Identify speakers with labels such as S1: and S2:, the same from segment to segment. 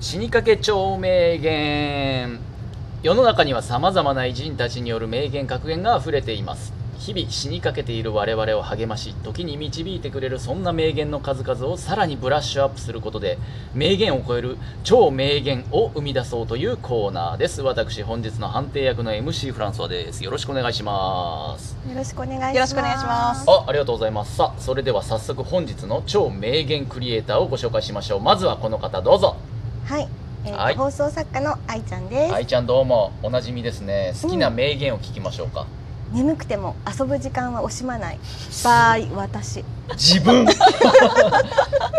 S1: 死にかけ超名言世の中にはさまざまな偉人たちによる名言格言があふれています日々死にかけている我々を励まし時に導いてくれるそんな名言の数々をさらにブラッシュアップすることで名言を超える超名言を生み出そうというコーナーです私本日の判定役の MC フランソワですよろしくお願いします
S2: よろしくお願いします。
S3: よろしくお願いします
S1: あありがとうございますさあそれでは早速本日の超名言クリエイターをご紹介しましょうまずはこの方どうぞ
S2: はい、えー
S1: はい
S2: 放送作家の愛ちゃんです、
S1: 愛ちゃんどうもおなじみですね好きな名言を聞きましょうか、
S2: 眠くても遊ぶ時間は惜しまない。バイ私。
S1: 自 分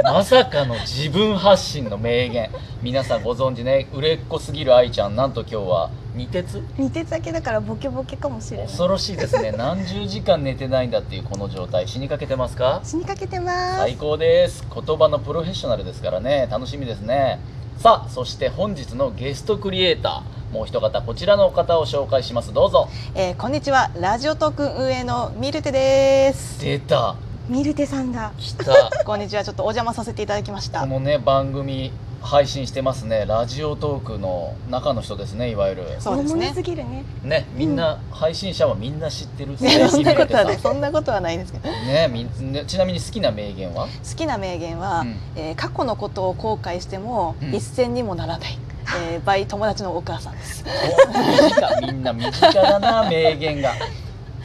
S1: まさかの自分発信の名言皆さんご存知ね売れっ子すぎる愛ちゃんなんと今日は二鉄
S2: 似てだけだからボケボケかもしれない。
S1: 恐ろしいですね何十時間寝てないんだっていうこの状態死にかけてますか
S2: 死にかけてます。
S1: 最高です言葉のプロフェッショナルですからね楽しみですねさあそして本日のゲストクリエイターもう一方こちらのお方を紹介しますどうぞ
S3: えーこんにちはラジオトークン運営のミル テです
S1: 出た
S2: ミルテさんだ。
S1: 来た
S3: こんにちはちょっとお邪魔させていただきました
S1: このね番組配信してますねラジオトークの中の人ですねいわゆる
S3: そうです
S2: 大
S3: ね
S2: 物すぎるね。
S1: ねみんな、配信者はみんな知ってる
S3: いやそんなことはない
S1: ね
S3: そんなことはないですけど好
S1: みんねちなみに好きな名言は、
S3: きな名言は、
S1: うん
S3: えー過去のことを後悔しても、
S1: うん
S3: 一銭にもならない、えー、バイ友達のお母さんです
S1: お身近みんな身近だな名言が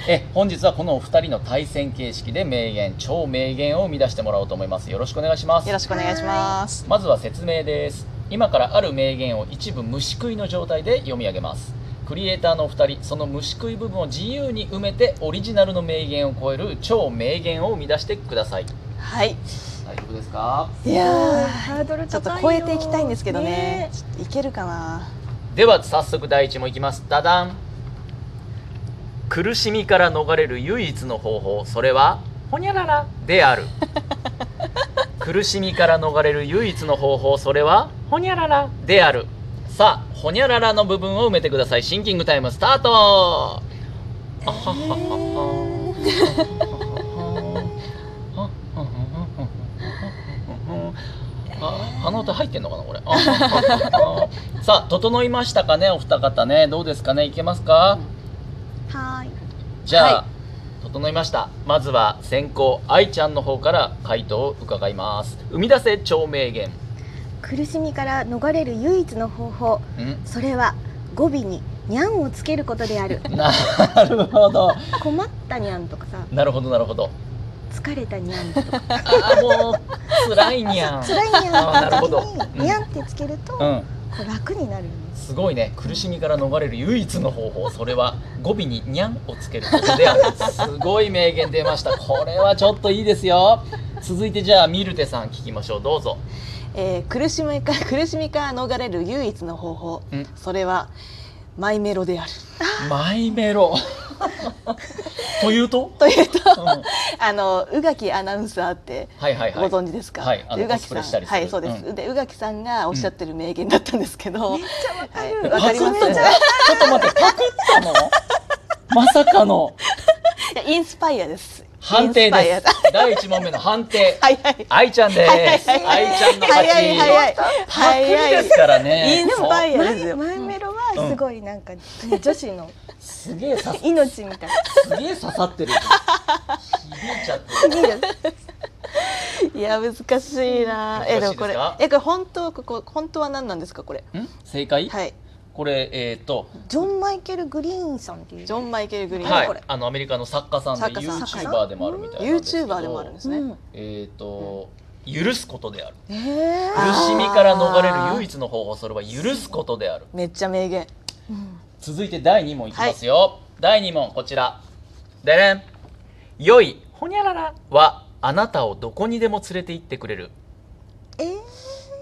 S1: え本日はこのお二人の対戦形式で名言超名言を生み出してもらおうと思いますよろしくお願いします
S3: よろしくお願いします
S1: まずは説明です今からある名言を一部虫食いの状態で読み上げますクリエイターのお二人その虫食い部分を自由に埋めてオリジナルの名言を超える超名言を生み出してください
S3: はい
S1: 大丈夫ですか
S3: いやー
S2: ハードル高いよ
S3: ちょっと超えていきたいんですけどね
S2: ね
S3: ちょっといけるかな
S1: では早速第一問いきますダダン苦しみから逃れる唯一の方法それはほにゃららである苦しみから逃れる唯一の方法それはほにゃららであるさあほにゃららの部分を埋めてくださいシンキングタイムスタートあはははは ああの歌入ってんのかなこれあああさあ整いましたかねお二方ねどうですかねいけますか
S2: はーい。
S1: じゃあ、
S3: は
S1: 整いましたまずは先行愛ちゃんの方から回答を伺います生み出せ超名言ん
S2: 苦しみから逃れる唯一の方法、それは語尾ににゃんをつけることである。
S1: なるほど
S2: 困ったにゃんとかさ、
S1: なるほどなるほど
S2: 疲れたにゃんとか、
S1: あーもう辛いにゃん
S2: 辛いに
S1: あー
S2: ゃ
S1: な
S2: ん
S1: るほど
S2: の時ににゃんってつけると、
S1: う
S2: こ
S1: ん
S2: う楽になるよね。
S1: すごいね苦しみから逃れる唯一の方法それは語尾に「にゃん」をつけることである すごい名言出ましたこれはちょっといいですよ続いてじゃあミルテさん聞きましょうどうぞ
S3: えー苦しみから 苦しみから逃れる唯一の方法、
S1: うん
S3: それはマイメロである
S1: マイメ ロというと
S3: というと
S1: うんは
S3: あの宇垣アナウンサーって
S1: いはいは
S3: ご
S1: い
S3: 存知ですか、
S1: はいあの
S3: で宇垣
S1: コスプレした
S3: さん
S1: りする
S3: はいそうです、
S1: う
S3: で宇垣さんがおっしゃってる名言だったんですけど、はいわ、
S1: パ
S3: か
S1: ク
S3: り
S1: ったのち
S3: ます
S1: ょっと待ってパクったのまさかの
S3: いやインスパイアです
S1: 判定
S3: イン
S1: で
S3: ス
S1: す
S3: パイ
S1: 第一問目の判定
S3: ア はいはい
S1: 愛ちゃんです
S3: はいはい
S1: 愛ちゃんの勝ち
S3: 早い早い
S1: パ
S3: 早
S1: クリ
S3: い
S1: ですからね
S3: インスパイア
S2: マ
S3: です
S2: イ
S3: よ
S2: マイメロはすごいなんか、ね女子の
S1: すげえさ
S2: 命みたい
S1: すげえ刺さってる。 響いちゃってる。
S3: いや難しいなえでもこ
S1: 難しいで
S3: れ
S1: すか
S3: えこれ本当ここ本当は何なんですかこれ
S1: ん正解、
S3: はい
S1: これ、えっと、
S2: ジョン・マイケル・グリーンさんっていう
S3: ジョン・マイケル・グリーン、
S1: は
S3: こ
S1: い
S3: れ、
S1: あのアメリカの作家さんで、
S3: 作
S1: ユ
S3: 家さん
S1: ーチューバーでもあるみたいなん
S3: ユー
S1: です
S3: チ
S1: け
S3: ュ
S1: ど。
S3: ーバーでもあるんですね、
S2: うん
S1: えっと、許すことである。
S2: ええ
S1: 苦
S3: あ
S1: しみから逃れる唯一の方法、それは許すことである。
S3: めっちゃ名言
S1: 続いて第二問いきますよ。第二問、こちら。でれん。良い、ほにゃららは、あなたをどこにでも連れて行ってくれる。
S2: えー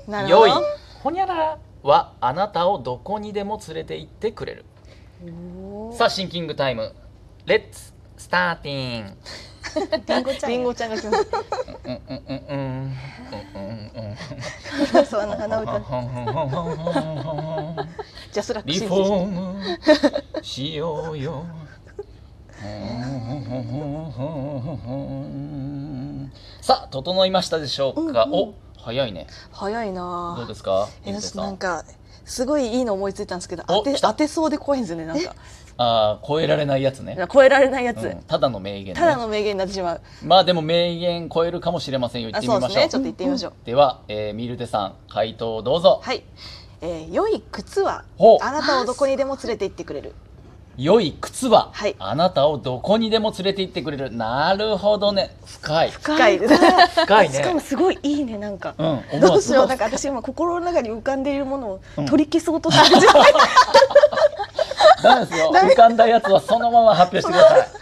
S3: なる
S1: 良
S3: ほ
S1: い
S3: ど、
S1: ほにゃららは、あなたをどこにでも連れて行ってくれる。
S2: おー
S1: さあシンキングタイムレッツスターティン
S2: リンゴちゃん
S3: リンゴちゃんが来ました
S1: うんうんうんうんうんうんうん
S2: そうあの鼻歌
S3: ジャスラック
S1: リ
S3: シ
S1: フ
S3: ン
S1: ォ
S3: ジ
S1: ームしようよさあ整いましたでしょうか、お早いね
S3: 早い
S1: どう
S3: な
S1: ですか
S3: え
S1: ゆう
S3: 私
S1: とさ
S3: なん
S1: ん
S3: かすごいいいの思いついたんですけど当て
S1: 来た
S3: 当てそうで怖いんですよねなんか
S1: ああ超えられないやつね、
S3: 超えられないやつ、
S1: うんただの名言、ね、
S3: ただの名言になってしまう
S1: まあでも名言超えるかもしれませんよ言っ
S3: あ
S1: て
S3: そ
S1: み
S3: うで
S1: ますしょう
S3: ねちょっと言ってみましょう、
S1: では、えー、ミルテさん回答をどうぞ、
S3: はい、えー良い靴は
S1: ほう
S3: あなたをどこにでも連れて行ってくれる
S1: 良い靴は、
S3: はい
S1: あなたをどこにでも連れて行ってくれるなるほどね深い
S3: 深いです
S1: 深いね
S2: しかもすごいいいねなんか
S1: うん思わず
S2: どうしようなんか私今心の中に浮かんでいるもの
S1: うん
S2: を取り消そうとしてるじゃない、
S1: ダメですよ浮かんだやつはそのまま発表してください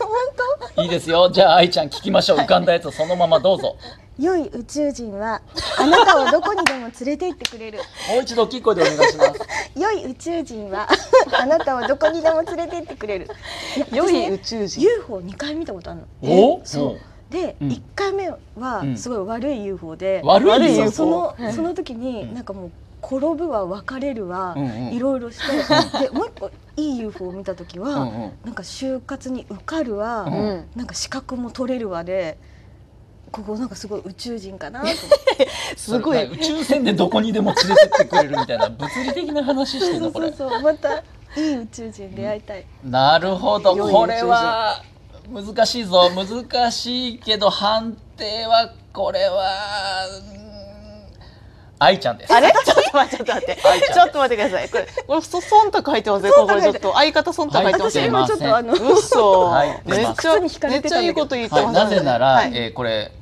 S1: いいですよじゃあ愛ちゃん聞きましょう浮かんだやつをそのままどうぞ
S2: 良い宇宙人はあなたをどこにでも連れて行ってくれる
S1: もう一度大きい声でお願いします
S2: 良い宇宙人はあなたをどこにでも連れて行ってくれるいや
S3: 良
S2: 私
S3: い
S2: ね
S3: 宇宙人
S2: UFO2 回見たことある の
S1: お
S2: そうで、
S1: うん
S2: 1回目は
S1: うん
S2: すごい悪い UFO で、
S1: 悪い UFO
S2: その
S3: はい
S2: その時に、
S1: うん
S2: なんかもう転ぶわ別れるわ、
S1: うんうん
S2: いろいろして、でもう一個いい UFO を見た時は、
S1: うんうん
S2: なんか就活に受かるわ、
S1: うん
S2: なんか資格も取れるわでここなんかすごい宇宙人かなと 思って
S3: すごい
S1: それ宇宙船でどこにでも連れてってくれるみたいな物理的な話してん
S2: そ
S1: の
S2: う
S1: こ
S2: そう
S1: れ
S2: そうまたいい宇宙人に出会いたい、
S1: なるほど
S3: 良い
S1: これは難しいぞ難しいけど判定はこれはうーん愛ちゃんです
S3: あれ ちょっと待ってちょっと待って
S1: 愛ちゃん
S3: ちょっと待ってくださいこれこれそ損と書いてますね
S2: 忖度
S3: これちょっと相方損と書いてます
S1: 入って
S2: 私
S3: ね
S1: ま
S2: 今
S1: す
S2: ちょっとあの
S3: 嘘、
S1: 入ってます
S3: めっちゃ
S2: 靴に惹か
S3: め
S2: れ
S3: ってちゃ
S2: たんだけど
S3: いいこと言ってます
S1: はい、
S3: ね
S1: なぜなら、
S3: はい
S1: えーこれ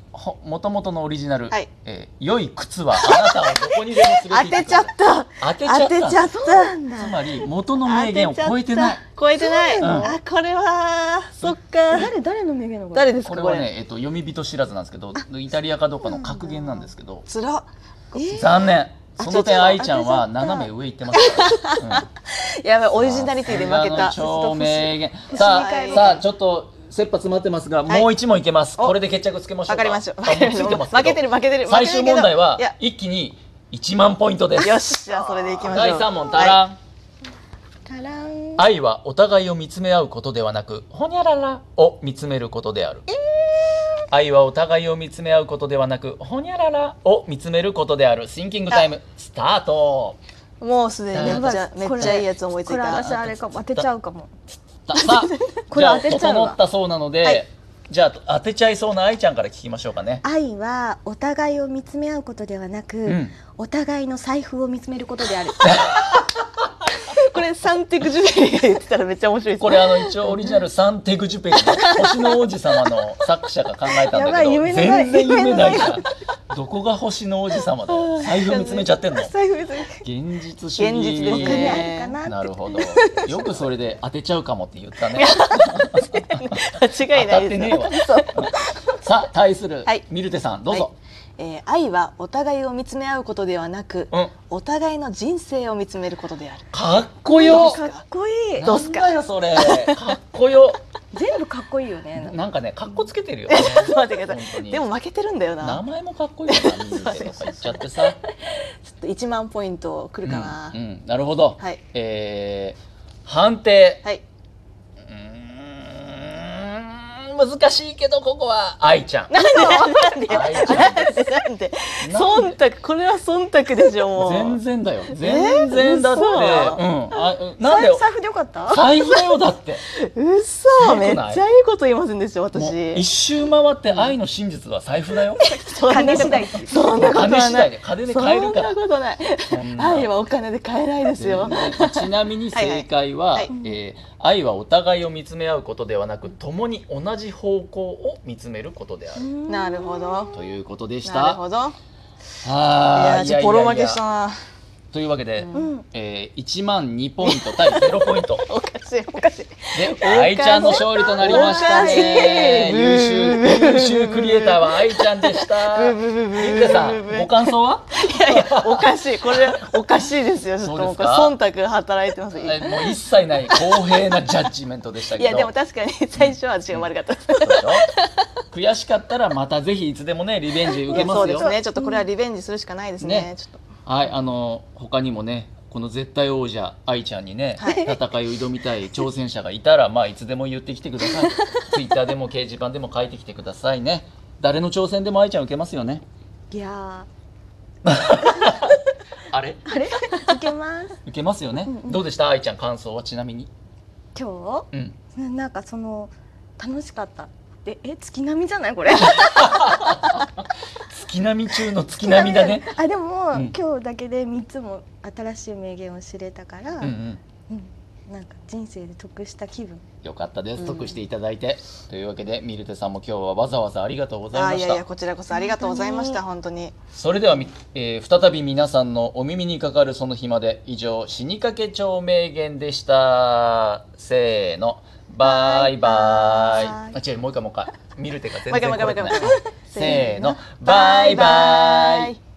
S1: もともとのオリジナル、
S3: はい
S1: えー良い靴はあなたをどこにでも連れ
S3: 当
S1: て行
S3: て
S1: く
S3: ちゃった
S1: 当てちゃった
S3: 当てちゃっ
S2: そう
S3: た
S2: なんだ
S1: つまり元の名言を超えてない
S3: 超えてない、
S1: そうなの
S3: あこれはそっか
S2: 誰誰の名言なの
S3: 誰です
S1: こ
S3: か
S1: れ
S3: こ
S1: は
S3: れ
S1: ね、えっと読み人知らずなんですけどイタリアかどうかの格言なんですけど
S3: つら
S2: えー
S1: 残念その点
S3: あ
S1: 愛ちゃんは
S2: 当てちゃった
S1: 斜め上行ってますから、うん
S3: やばいオリジナリティで負けた
S1: さすがの超名言
S2: 星
S1: さ
S2: 二回
S1: あ
S2: 目
S1: さあちょっと切羽詰まってますが、
S3: はい
S1: もう一問いけます
S3: お
S1: これで決着つけましょう
S3: わかりました
S1: あもうついてますけど
S3: 負けてる負けてる負けてるけど
S1: 最終問題はい
S3: や
S1: 一気に1万ポイントです
S3: よしじゃあそれでいきましょう
S1: 第3問タラン、
S2: タラン
S1: 愛はお互いを見つめ合うことではなくほにゃららを見つめることである、愛はお互いを見つめ合うことではなくほにゃららを見つめることであるシンキングタイムスタート
S3: もうすでに
S1: や
S3: め
S1: ば
S3: っちゃめっちゃいいやつ思いつい
S2: これ
S3: た
S2: 私あれかも当てちゃうかも
S1: さ あ
S2: これ当てちゃうわ
S1: じゃあ整ったそうなので、
S3: はい
S1: じゃあ当てちゃいそうな愛ちゃんから聞きましょうかね
S2: 愛はお互いを見つめ合うことではなく、
S1: ん
S2: お互いの財布を見つめることで ある
S3: これサンテクジュビリー言ってたらめっちゃ面白いです
S1: これあの一応オリジナルサンテグジュペリ の星の王子様の作者が考えたん
S2: や
S1: だ
S2: ば
S1: け
S2: い
S1: ど
S2: 夢のない
S1: 全然夢ないじゃ んどこが星の王子様だよ財布見つめちゃってんの現
S3: 財布です
S1: 実主義
S3: 現実です
S2: お
S3: ね
S2: 金あるかなって
S1: なるほどよくそれで当てちゃうかもって言ったね
S3: 間違い
S1: 当
S3: な
S1: た
S3: い
S1: って
S3: です
S1: ねえわさあ対する
S3: はい
S1: ミルテさんどうぞ、
S3: はいえー愛はお互いを見つめ合うことではなく、
S1: うん
S3: お互いの人生を見つめることである
S1: かっこよ
S2: かっこいい
S3: どうっすか
S1: なんだよそれかっこよ
S2: 全部かっこいいよね
S1: なんかねかっこつけて るよね
S3: ちょっと待ってくだ
S1: 本
S3: さ
S1: 当
S3: い
S1: に
S3: でも負けてるんだよ
S1: 名
S3: な
S1: 前もかっこいいよなミルテとか言っちゃってさ
S3: ちょっと1万ポイントくるかな、
S1: うんうんなるほど、
S3: はい
S1: えー判定、
S3: はいう
S1: ーん難しいけどここは愛ちゃん
S3: なんで
S1: 愛ちゃん
S3: なんでなんで忖度これは忖度でしょもう
S1: 全然だよ全然だって、
S3: 嘘
S1: うんあうんなんで
S2: 財布でよかった
S1: 財布だよだって
S3: 嘘め
S1: 良く
S3: っち
S1: ない
S3: ゃいいこと言いますんでしょ
S1: もう
S3: 私
S1: 一周回って愛の真実は財布だよ
S3: そんな
S2: 金次第って
S3: そんなことは
S1: 金次
S3: な
S1: 第
S3: い
S1: で金で買えるから
S3: そんなことない
S1: そんな
S3: 愛はお金で買えないですよ
S1: 全然ちなみに正解は
S3: はいはい
S1: えー愛はお互いを見つめ合うことではなく共に同じ方向を見つめることである
S3: なるほど
S1: ということでし
S3: なる
S1: た
S3: ほどい
S1: は
S3: や
S1: い
S3: ちょっとボロ負けしたな
S1: というわけで、
S2: うん
S1: えー、1万2ポイント対0ポイント
S3: おかしいおかし
S1: で
S3: い
S1: 愛ちゃんの勝利となりましたね
S3: おかしい
S1: 優秀優秀クリエイターは愛ちゃんでした
S3: ブーブーブーブー
S1: ゆうてさんご感想はい
S3: やいやおかしいこれおかしいですよちょっともうこれ
S1: そう
S3: 忖度働いてます
S1: え
S3: い
S1: もう一切ない公平なジャッジメントでしたけど
S3: やでも確かに最初は私が悪かったです
S1: そうでしょ悔しかったらまたぜひいつでもねリベンジ受けま
S3: そう
S1: す
S3: で
S1: よ
S3: すねちょっとこれはリベンジするしかないですね
S1: ね
S3: ちょっと
S1: はいあの他にもねこの絶対王者愛ちゃんにね、
S3: はい
S1: 戦いを挑みたい挑戦者がいたらまあいつでも言ってきてくだ さいツイッターでも掲示板でも書いてきてくださいね誰の挑戦でも愛ちゃん受けますよね
S2: いや
S1: あれ
S2: あれ受けます
S1: 受けますよね、
S2: うんうん
S1: どうでした愛ちゃん感想はちなみに
S2: 今
S1: うん
S2: 日ななんかその楽しかったでえ月並みじゃないこれ
S1: 月並み中の月並みだね
S2: 月 並みだあでも、
S1: うん
S2: 今日だけで三つも新しい名言を知れたから、
S1: うんうん
S2: うんなんか人生で得した気分
S1: よかったです
S3: うん
S1: 得していただいて、というわけでミルテさんも今日はわざわざありがとうござい
S3: あ
S1: ま
S3: い
S1: し
S3: や
S1: た
S3: いやこちらこそありがとうございました本当に
S1: それではみ、えー再び皆さんのお耳にかかるその日まで以上死にかけ町名言でしたせーのバイバイ
S2: バイバ
S1: あ違うもう一回もう一回ミルテが全
S3: もう一
S1: 然
S3: 回もう一
S1: 来れてない
S3: 回もう一回
S1: せーのバイバイ
S3: イ